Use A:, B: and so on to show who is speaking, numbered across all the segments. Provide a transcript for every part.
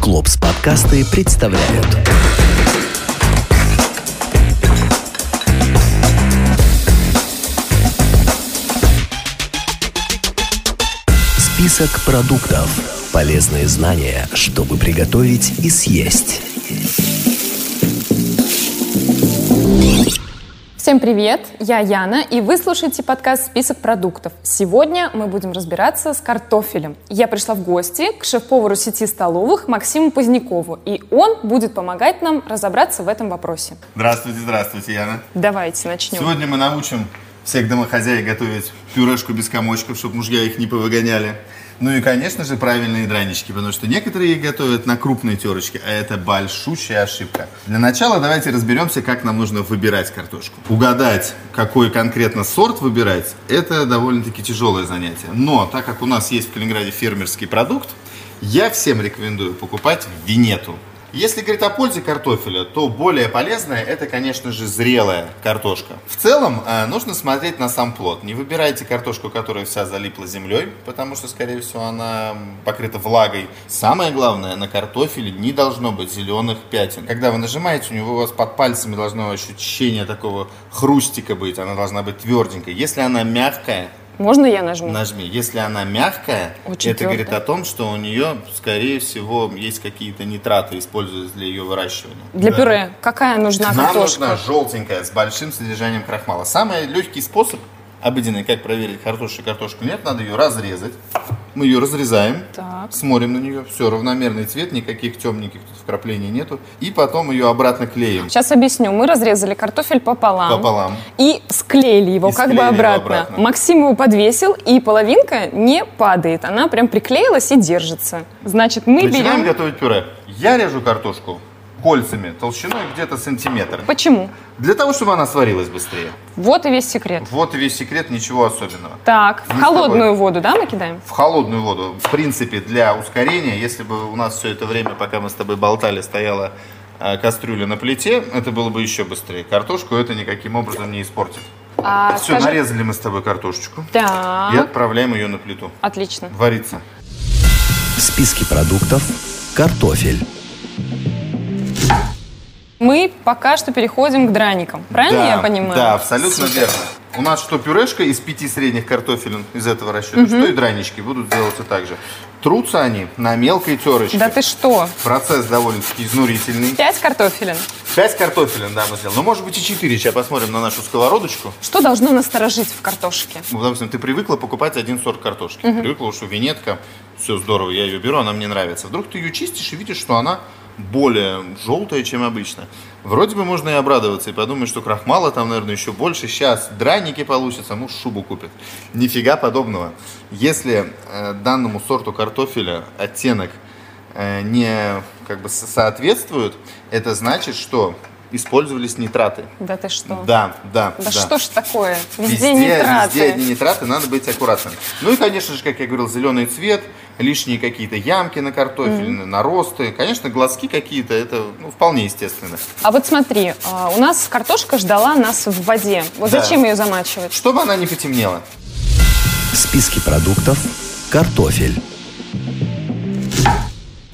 A: Клопс подкасты представляют. Список продуктов. Полезные знания, чтобы приготовить и съесть.
B: Всем привет, я Яна, и вы слушаете подкаст «Список продуктов». Сегодня мы будем разбираться с картофелем. Я пришла в гости к шеф-повару сети столовых Максиму Позднякову, и он будет помогать нам разобраться в этом вопросе.
C: Здравствуйте, здравствуйте, Яна.
B: Давайте начнем.
C: Сегодня мы научим всех домохозяек готовить пюрешку без комочков, чтобы мужья их не повыгоняли. Ну и, конечно же, правильные дранички, потому что некоторые их готовят на крупной терочке, а это большущая ошибка. Для начала давайте разберемся, как нам нужно выбирать картошку. Угадать, какой конкретно сорт выбирать, это довольно-таки тяжелое занятие. Но так как у нас есть в Калининграде фермерский продукт, я всем рекомендую покупать винету. Если говорить о пользе картофеля, то более полезная это, конечно же, зрелая картошка. В целом, э, нужно смотреть на сам плод. Не выбирайте картошку, которая вся залипла землей, потому что, скорее всего, она покрыта влагой. Самое главное, на картофеле не должно быть зеленых пятен. Когда вы нажимаете, у него у вас под пальцами должно ощущение такого хрустика быть, она должна быть тверденькой. Если она мягкая,
B: Можно я нажму?
C: Нажми. Если она мягкая,
B: Очень
C: это говорит
B: твердая.
C: о том, что у нее, скорее всего, есть какие-то нитраты, используются для ее выращивания.
B: Для
C: Да.
B: пюре. Какая нужна
C: Нам
B: картошка?
C: нужна желтенькая с большим содержанием крахмала. Самый легкий способ, обыденный, как проверить картошку и картошку нет, надо ее разрезать. Мы ее разрезаем,
B: Так.
C: смотрим на нее, все, равномерный цвет, никаких темненьких тут вкраплений нету. И потом ее обратно клеим
B: Сейчас объясню. Мы разрезали картофель пополам.
C: пополам.
B: И склеили его
C: И
B: как бы
C: склеили его
B: обратно.
C: обратно.
B: Максим его подвесил, и половинка не падает. Она прям приклеилась и держится. Значит, мы
C: Начинаем
B: берем...
C: готовить пюре. Я режу картошку кольцами, толщиной где-то сантиметр.
B: Почему?
C: Для того, чтобы она сварилась быстрее.
B: Вот и весь секрет.
C: Вот и весь секрет, ничего особенного.
B: Так,
C: Мы
B: в
C: с
B: холодную
C: тобой.
B: воду, да, мы кидаем?
C: В холодную воду, в принципе, для ускорения, если бы у нас все это время, пока мы с тобой болтали, стояла э, кастрюля на плите, это было бы еще быстрее. Картошку это никаким образом не испортит.
B: А,
C: все,
B: скажи-
C: нарезали мы с тобой картошечку и
B: Так,
C: отправляем ее на плиту.
B: отлично.
C: Варится.
A: В списке продуктов картофель.
B: Мы пока что переходим к драникам. Правильно
C: Да,
B: я понимаю?
C: Да, абсолютно
B: Супер.
C: верно. У нас что пюрешка из пяти средних картофелин из этого расчета, что и дранички будут делаться так же. Трутся они на мелкой терочке.
B: Да ты что?
C: Процесс довольно-таки изнурительный.
B: Пять картофелин.
C: Пять картофелин, да, мы сделали. Ну, может быть, и четыре. Сейчас посмотрим на нашу сковородочку.
B: Что должно насторожить в картошке?
C: Ну, допустим, ты привыкла покупать один сорт картошки. Привыкла, что винетка, все здорово, я ее беру, она мне нравится. Вдруг ты ее чистишь и видишь, что она более желтая, чем обычно. Вроде бы можно и обрадоваться, и подумать, что крахмала там, наверное, еще больше. Сейчас драники получатся, муж шубу купит. Нифига подобного. Если э, данному сорту картофеля оттенок э, не как бы со- соответствует, это значит, что использовались нитраты.
B: Да ты что?
C: Да, да,
B: Да что ж такое? Везде,
C: Везде,
B: нитраты.
C: везде одни нитраты, надо быть аккуратным. Ну и, конечно же, как я говорил, зеленый цвет, лишние какие-то ямки на картофель, наросты. Конечно, глазки какие-то, это ну, вполне естественно.
B: А вот смотри, а, у нас картошка ждала нас в воде. Вот
C: Да.
B: зачем ее замачивать?
C: Чтобы она не потемнела.
A: В списке продуктов картофель.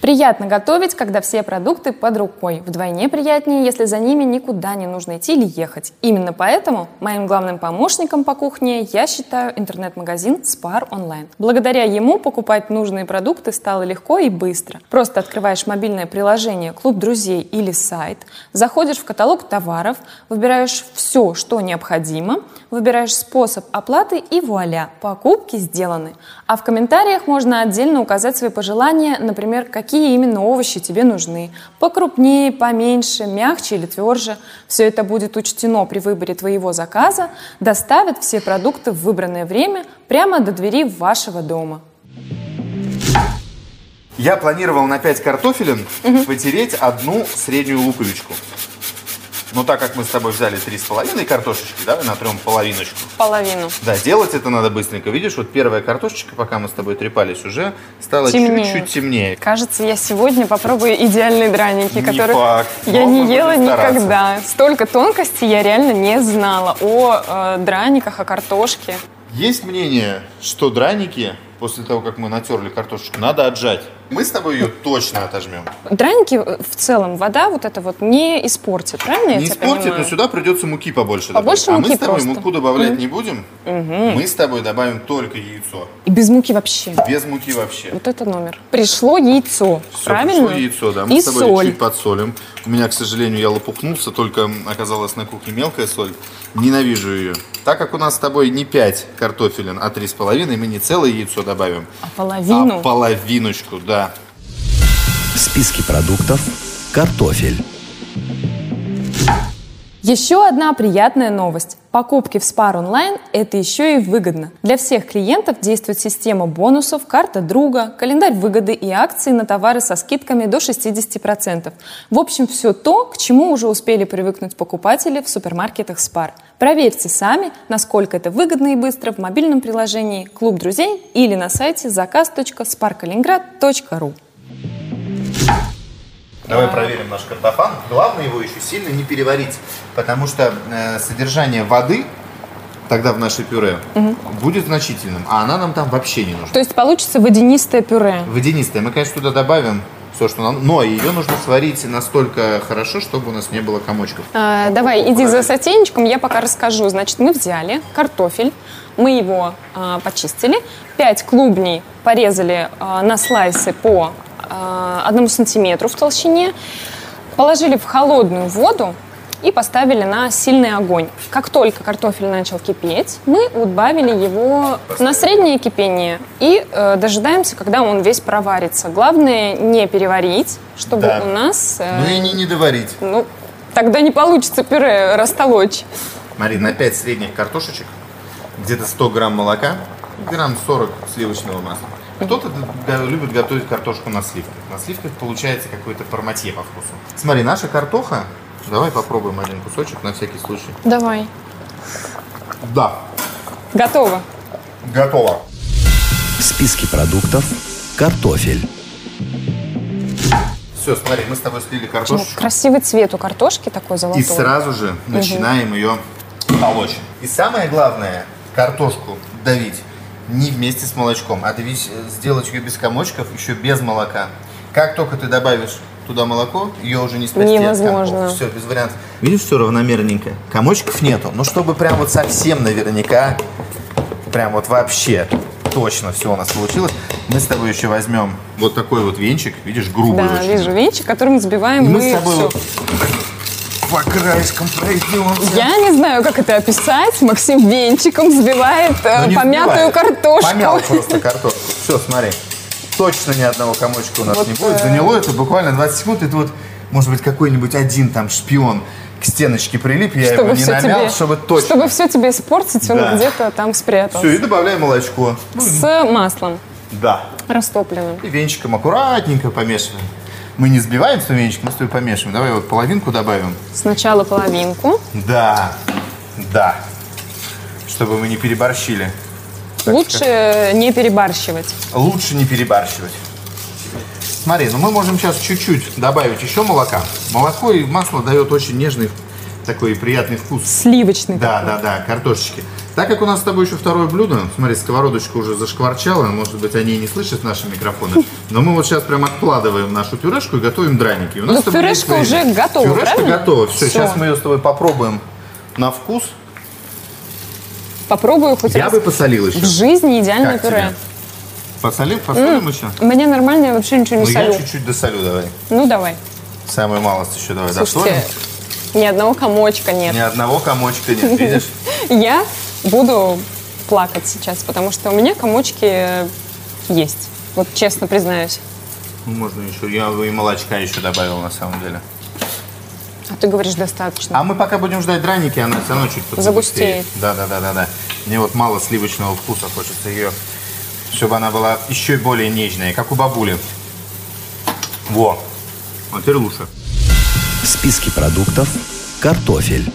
B: Приятно готовить, когда все продукты под рукой. Вдвойне приятнее, если за ними никуда не нужно идти или ехать. Именно поэтому моим главным помощником по кухне я считаю интернет-магазин Spar Online. Благодаря ему покупать нужные продукты стало легко и быстро. Просто открываешь мобильное приложение «Клуб друзей» или сайт, заходишь в каталог товаров, выбираешь все, что необходимо, выбираешь способ оплаты и вуаля, покупки сделаны. А в комментариях можно отдельно указать свои пожелания, например, какие именно овощи тебе нужны. Покрупнее, поменьше, мягче или тверже. Все это будет учтено при выборе твоего заказа. Доставят все продукты в выбранное время прямо до двери вашего дома.
C: Я планировал на 5 картофелин потереть одну среднюю луковичку. Но так как мы с тобой взяли три с половиной картошечки, давай натрем половиночку.
B: Половину.
C: Да, делать это надо быстренько. Видишь, вот первая картошечка, пока мы с тобой трепались уже, стала
B: Темнеет.
C: чуть-чуть темнее.
B: Кажется, я сегодня попробую идеальные драники,
C: Не
B: которых
C: факт,
B: я
C: но
B: не
C: мы
B: ела
C: будем стараться.
B: никогда. Столько тонкостей я реально не знала о э, драниках, о картошке.
C: Есть мнение, что драники, после того, как мы натерли картошечку, надо отжать. Мы с тобой ее точно отожмем.
B: Драники э, в целом вода вот это вот не испортит, правильно я
C: не
B: тебя
C: испортит,
B: понимаю?
C: но сюда придется муки побольше
B: Побольше
C: добавить.
B: муки
C: а мы с тобой
B: просто.
C: муку добавлять не будем. Мы с тобой добавим только яйцо.
B: И без муки вообще.
C: Без муки вообще.
B: Вот это номер. Пришло яйцо,
C: Всё,
B: правильно?
C: пришло яйцо, да. Мы
B: И
C: с тобой
B: соль.
C: чуть подсолим. У меня, к сожалению, я лопухнулся, только м, оказалась на кухне мелкая соль. Ненавижу ее. Так как у нас с тобой не 5 картофелин, а 3,5, мы не целое яйцо добавим,
B: А половину.
C: а половиночку, да.
A: В списке продуктов картофель.
B: Еще одна приятная новость. Покупки в Spar Online – это еще и выгодно. Для всех клиентов действует система бонусов, карта друга, календарь выгоды и акции на товары со скидками до 60%. В общем, все то, к чему уже успели привыкнуть покупатели в супермаркетах Spar. Проверьте сами, насколько это выгодно и быстро в мобильном приложении «Клуб друзей» или на сайте заказ.sparkaliningrad.ru.
C: Давай проверим наш картофан. Главное его еще сильно не переварить, потому что э, содержание воды тогда в наше пюре будет значительным, а она нам там вообще не нужна.
B: То есть получится водянистое пюре.
C: Водянистая. Мы, конечно, туда добавим все, что нам... Но ее нужно сварить настолько хорошо, чтобы у нас не было комочков.
B: А, давай, иди за сотейничком, я пока расскажу. Значит, мы взяли картофель, мы его а, почистили, 5 клубней порезали а, на слайсы по а, одному сантиметру в толщине, положили в холодную воду и поставили на сильный огонь. Как только картофель начал кипеть, мы убавили его на среднее кипение и э, дожидаемся, когда он весь проварится. Главное не переварить, чтобы
C: Да.
B: у нас... э,
C: Ну и не недоварить.
B: ну, тогда не получится пюре растолочь.
C: Смотри, на 5 средних картошечек, где-то 100 грамм молока, грамм 40 сливочного масла. Кто-то д- г- любит готовить картошку на сливках. На сливках получается какое-то форматье по вкусу. Смотри, наша картоха, давай попробуем один кусочек на всякий случай.
B: Давай.
C: Да,
B: Готово.
C: готово.
A: В списке продуктов картофель.
C: Все, смотри, мы с тобой слили
B: Ну,
C: картошечку.
B: красивый цвет у картошки такой золотой.
C: И сразу же начинаем ее толочь. И самое главное, картошку давить не вместе с молочком, а давить, э, сделать ее без комочков, еще без молока. Как только ты добавишь туда молоко, ее уже не спасти
B: Невозможно.
C: Все, без вариантов. Видишь, все равномерненько. Комочков нету. Но чтобы прям вот совсем наверняка, прям вот вообще точно все у нас получилось, мы с тобой еще возьмем вот такой вот венчик, видишь, грубый
B: Да,
C: очень.
B: вижу венчик, которым взбиваем
C: И
B: мы,
C: мы с тобой
B: всё.
C: вот по краешкам пройдемся.
B: Я не знаю, как это описать. Максим венчиком взбивает э,
C: Ну, не
B: помятую
C: взбивай.
B: картошку.
C: Помял просто картошку. Все, смотри. Точно ни одного комочка у нас
B: Вот,
C: не будет.
B: э,
C: Заняло это буквально 20 секунд, и тут, может быть, какой-нибудь один там шпион к стеночке прилип, я его
B: Чтобы
C: не
B: все
C: намял,
B: тебе,
C: чтобы точно.
B: чтобы все тебе испортить, он
C: Да.
B: где-то там спрятал.
C: Все, и добавляй молочко.
B: С маслом
C: Да.
B: растопленным.
C: И венчиком аккуратненько помешиваем. Мы не сбиваем с тобой венчик, мы с тобой помешиваем. Давай вот половинку добавим.
B: Сначала половинку.
C: Да, да. Чтобы мы не переборщили. Так,
B: Лучше не перебарщивать.
C: Лучше не перебарщивать. Смотри, ну мы можем сейчас чуть-чуть добавить еще молока. Молоко и масло дает очень нежный такой приятный вкус.
B: Сливочный.
C: Да, да, да, картошечки. Так как у нас с тобой еще второе блюдо, смотри, сковородочка уже зашкварчала, может быть, они и не слышат наши микрофоны, но мы вот сейчас прям откладываем нашу пюрешку и готовим драники. И У
B: Ну,
C: с тобой есть
B: пюрешка
C: время.
B: уже готова,
C: Пюрешка
B: правильно?
C: готова, все,
B: Всё.
C: сейчас мы ее с тобой попробуем на вкус.
B: Попробую хоть
C: Я
B: раз.
C: бы посолил еще.
B: В жизни идеальное
C: Как
B: пюре.
C: тебе? Посолим, посолим еще?
B: Мне нормально, я вообще ничего не
C: Ну,
B: солю.
C: я чуть-чуть досолю, давай.
B: Ну давай.
C: Самую малость еще давай досолим.
B: Слушайте, ни одного комочка нет.
C: Ни одного комочка нет, видишь?
B: Я буду плакать сейчас, потому что у меня комочки э, есть. Вот честно признаюсь.
C: Ну, можно еще. Я и молочка еще добавил на самом деле.
B: А ты говоришь достаточно.
C: А мы пока будем ждать драники, она все равно чуть
B: Загустеет.
C: Да, да, да, да, да. Мне вот мало сливочного вкуса хочется ее, чтобы она была еще более нежная, как у бабули. Во. Вот теперь лучше.
A: В списке продуктов картофель.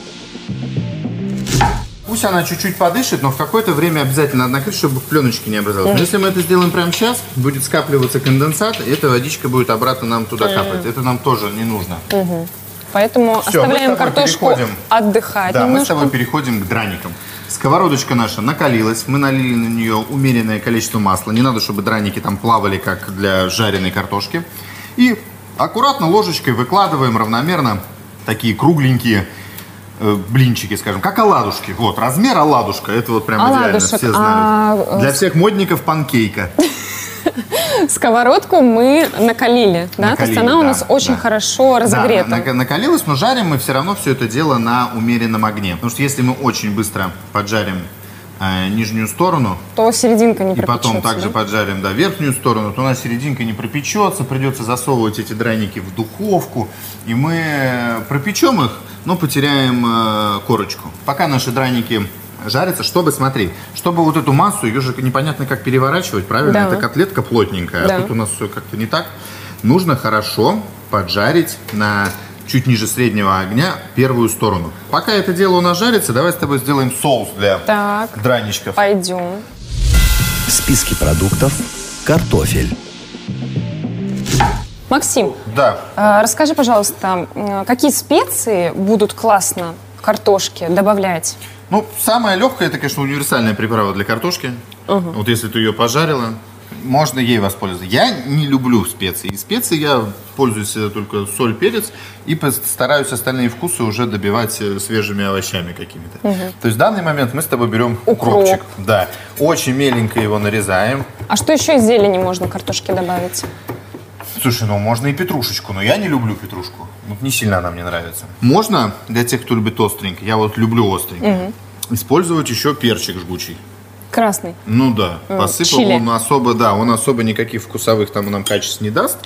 C: Пусть она чуть-чуть подышит, но в какое-то время обязательно надо накрыть, чтобы пленочки не образовалось. Но если мы это сделаем прямо сейчас, будет скапливаться конденсат, и эта водичка будет обратно нам туда капать. Это нам тоже не нужно.
B: Поэтому
C: Всё, мы с
B: оставляем
C: тобой
B: картошку
C: переходим.
B: отдыхать
C: Да, мы с
B: А немножко.
C: тобой переходим к драникам. Сковородочка наша накалилась, мы налили на нее умеренное количество масла. Не надо, чтобы драники там плавали, как для жареной картошки. И аккуратно ложечкой выкладываем равномерно такие кругленькие э, блинчики, скажем, как оладушки. Вот, размер оладушка, это вот прям идеально,
B: Оладушек,
C: все знают.
B: а, э,
C: Для всех модников панкейка.
B: Сковородку мы накалили, да? То есть
C: Накалили,
B: она у
C: да,
B: нас очень
C: да.
B: хорошо разогрета.
C: Да, на- накалилось, но жарим мы все равно все это дело на умеренном огне. Потому что если мы очень быстро поджарим э, нижнюю сторону,
B: То серединка не
C: и потом
B: пропечется,
C: также
B: да?
C: поджарим да, верхнюю сторону, то у нас серединка не пропечется, придется засовывать эти драники в духовку, и мы э, пропечем их, но потеряем э, корочку. Пока наши драники жарятся, чтобы, смотри, чтобы вот эту массу, ее же непонятно как переворачивать, правильно?
B: Да.
C: Это котлетка плотненькая,
B: Да.
C: а тут у нас все как-то не так. Нужно хорошо поджарить на чуть ниже среднего огня первую сторону. Пока это дело у нас жарится, давай с тобой сделаем соус для
B: Так,
C: драничков.
B: пойдем.
A: В списке продуктов картофель.
B: Максим,
C: Да,
B: э, расскажи, пожалуйста, м, а, какие специи будут классно к картошке добавлять?
C: Ну, самая легкая, это, конечно, универсальная приправа для картошки. Вот если ты ее пожарила, можно ей воспользоваться. Я не люблю специи. И специи я пользуюсь э, только соль, перец. И пос- стараюсь остальные вкусы уже добивать э, свежими овощами какими-то. То есть в данный момент мы с тобой берем
B: Укроп.
C: укропчик. Да. Очень меленько его нарезаем.
B: А что еще из зелени можно к картошке добавить?
C: Слушай, ну можно и петрушечку, но я не люблю петрушку. Вот не сильно она мне нравится. Можно для тех, кто любит остренький, я вот люблю остренький, использовать еще перчик жгучий.
B: Красный.
C: Ну да, посыпал
B: чили.
C: он особо, да, он особо никаких вкусовых там нам качеств не даст,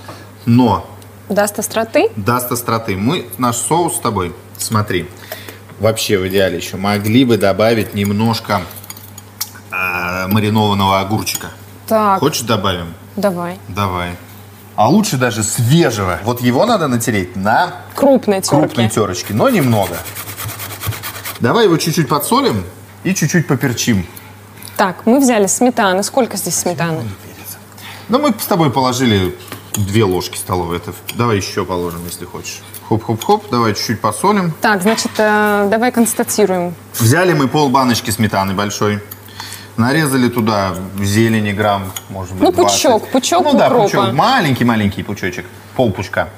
C: но
B: Даст остроты?
C: даст остроты. Мы наш соус с тобой, смотри, вообще в идеале еще могли бы добавить немножко а, маринованного огурчика.
B: Так,
C: Хочешь добавим?
B: давай.
C: Давай. А лучше даже свежего. Вот его надо натереть на
B: Крупной
C: крупной
B: терки.
C: терочке, но немного. Давай его чуть-чуть подсолим и чуть-чуть поперчим.
B: Так, мы взяли сметаны. Сколько здесь сметаны?
C: Ну, мы с тобой положили две ложки столовые. Это... Давай еще положим, если хочешь. Хоп-хоп-хоп, давай чуть-чуть посолим.
B: Так, значит, э, давай констатируем.
C: Взяли мы пол баночки сметаны большой. Нарезали туда зелени грамм, может быть,
B: Ну, пучок,
C: 20.
B: пучок
C: Ну да,
B: укропа.
C: пучок. Маленький-маленький пучочек, пол пучка.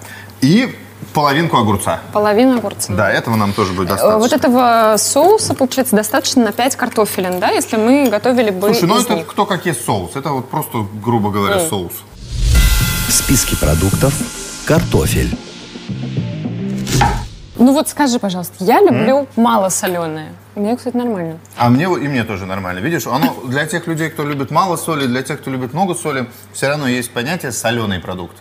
C: И половинку огурца.
B: Половину огурца.
C: Да, этого нам тоже будет
B: Э,
C: достаточно.
B: Вот этого соуса, получается, достаточно на 5 картофелин, да, если мы готовили бы
C: Слушай, ну
B: из
C: это
B: них.
C: кто как есть соус. Это вот просто, грубо говоря, соус.
A: В списке продуктов картофель.
B: Ну вот скажи, пожалуйста, я люблю мало соленое. Мне, кстати, нормально.
C: А мне вот- и мне тоже нормально. Видишь, оно для тех людей, кто любит мало соли, для тех, кто любит много соли, все равно есть понятие соленый продукт.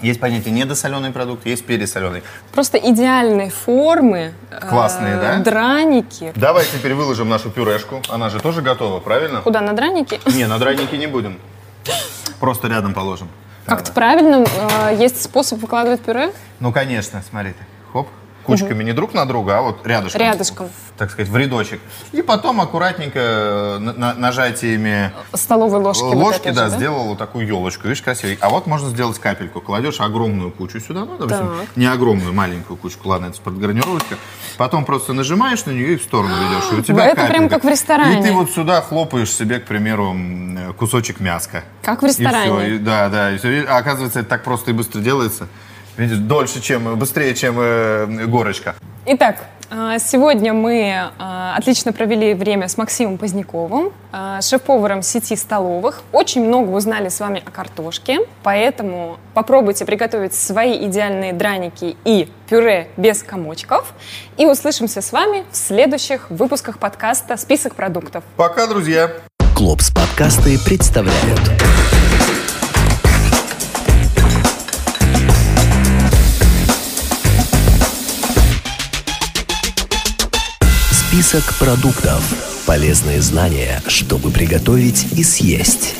C: Есть понятие недосоленый продукт, есть пересоленый.
B: Просто идеальной формы. э,
C: Классные, да?
B: Драники.
C: Давай теперь выложим нашу пюрешку. Она же тоже готова, правильно?
B: Куда, на драники?
C: Не, на драники не будем. Просто рядом положим.
B: Как-то правильно, э, есть способ выкладывать пюре?
C: Ну, конечно, смотри ты. Хоп. Кучками не друг на друга, а вот рядышком.
B: Рядышком.
C: Так сказать, в рядочек. И потом аккуратненько э, на- на- нажатиями
B: Столовой ложки. вот
C: Э, ложки,
B: этой же,
C: да, сделал вот такую елочку, видишь, красивый. А вот можно сделать капельку. Кладешь огромную кучу сюда, ну, допустим,
B: Так.
C: не огромную, маленькую кучку, ладно, это с подгранировочка. Потом просто нажимаешь на нее и в сторону ведешь. И у тебя
B: это прям
C: капелька.
B: как в ресторане.
C: И ты вот сюда хлопаешь себе, к примеру, м, э, кусочек мяска.
B: Как в ресторане.
C: И все, и- да, да. и всё. И, а оказывается, это так просто и быстро делается. Видишь, дольше, чем, быстрее, чем э, горочка.
B: Итак, а, сегодня мы а, отлично провели время с Максимом Поздняковым, а, шеф-поваром сети столовых. Очень много узнали с вами о картошке, поэтому попробуйте приготовить свои идеальные драники и пюре без комочков. И услышимся с вами в следующих выпусках подкаста «Список продуктов».
C: Пока, друзья!
A: Клопс подкасты представляют. Список продуктов. Полезные знания, чтобы приготовить и съесть.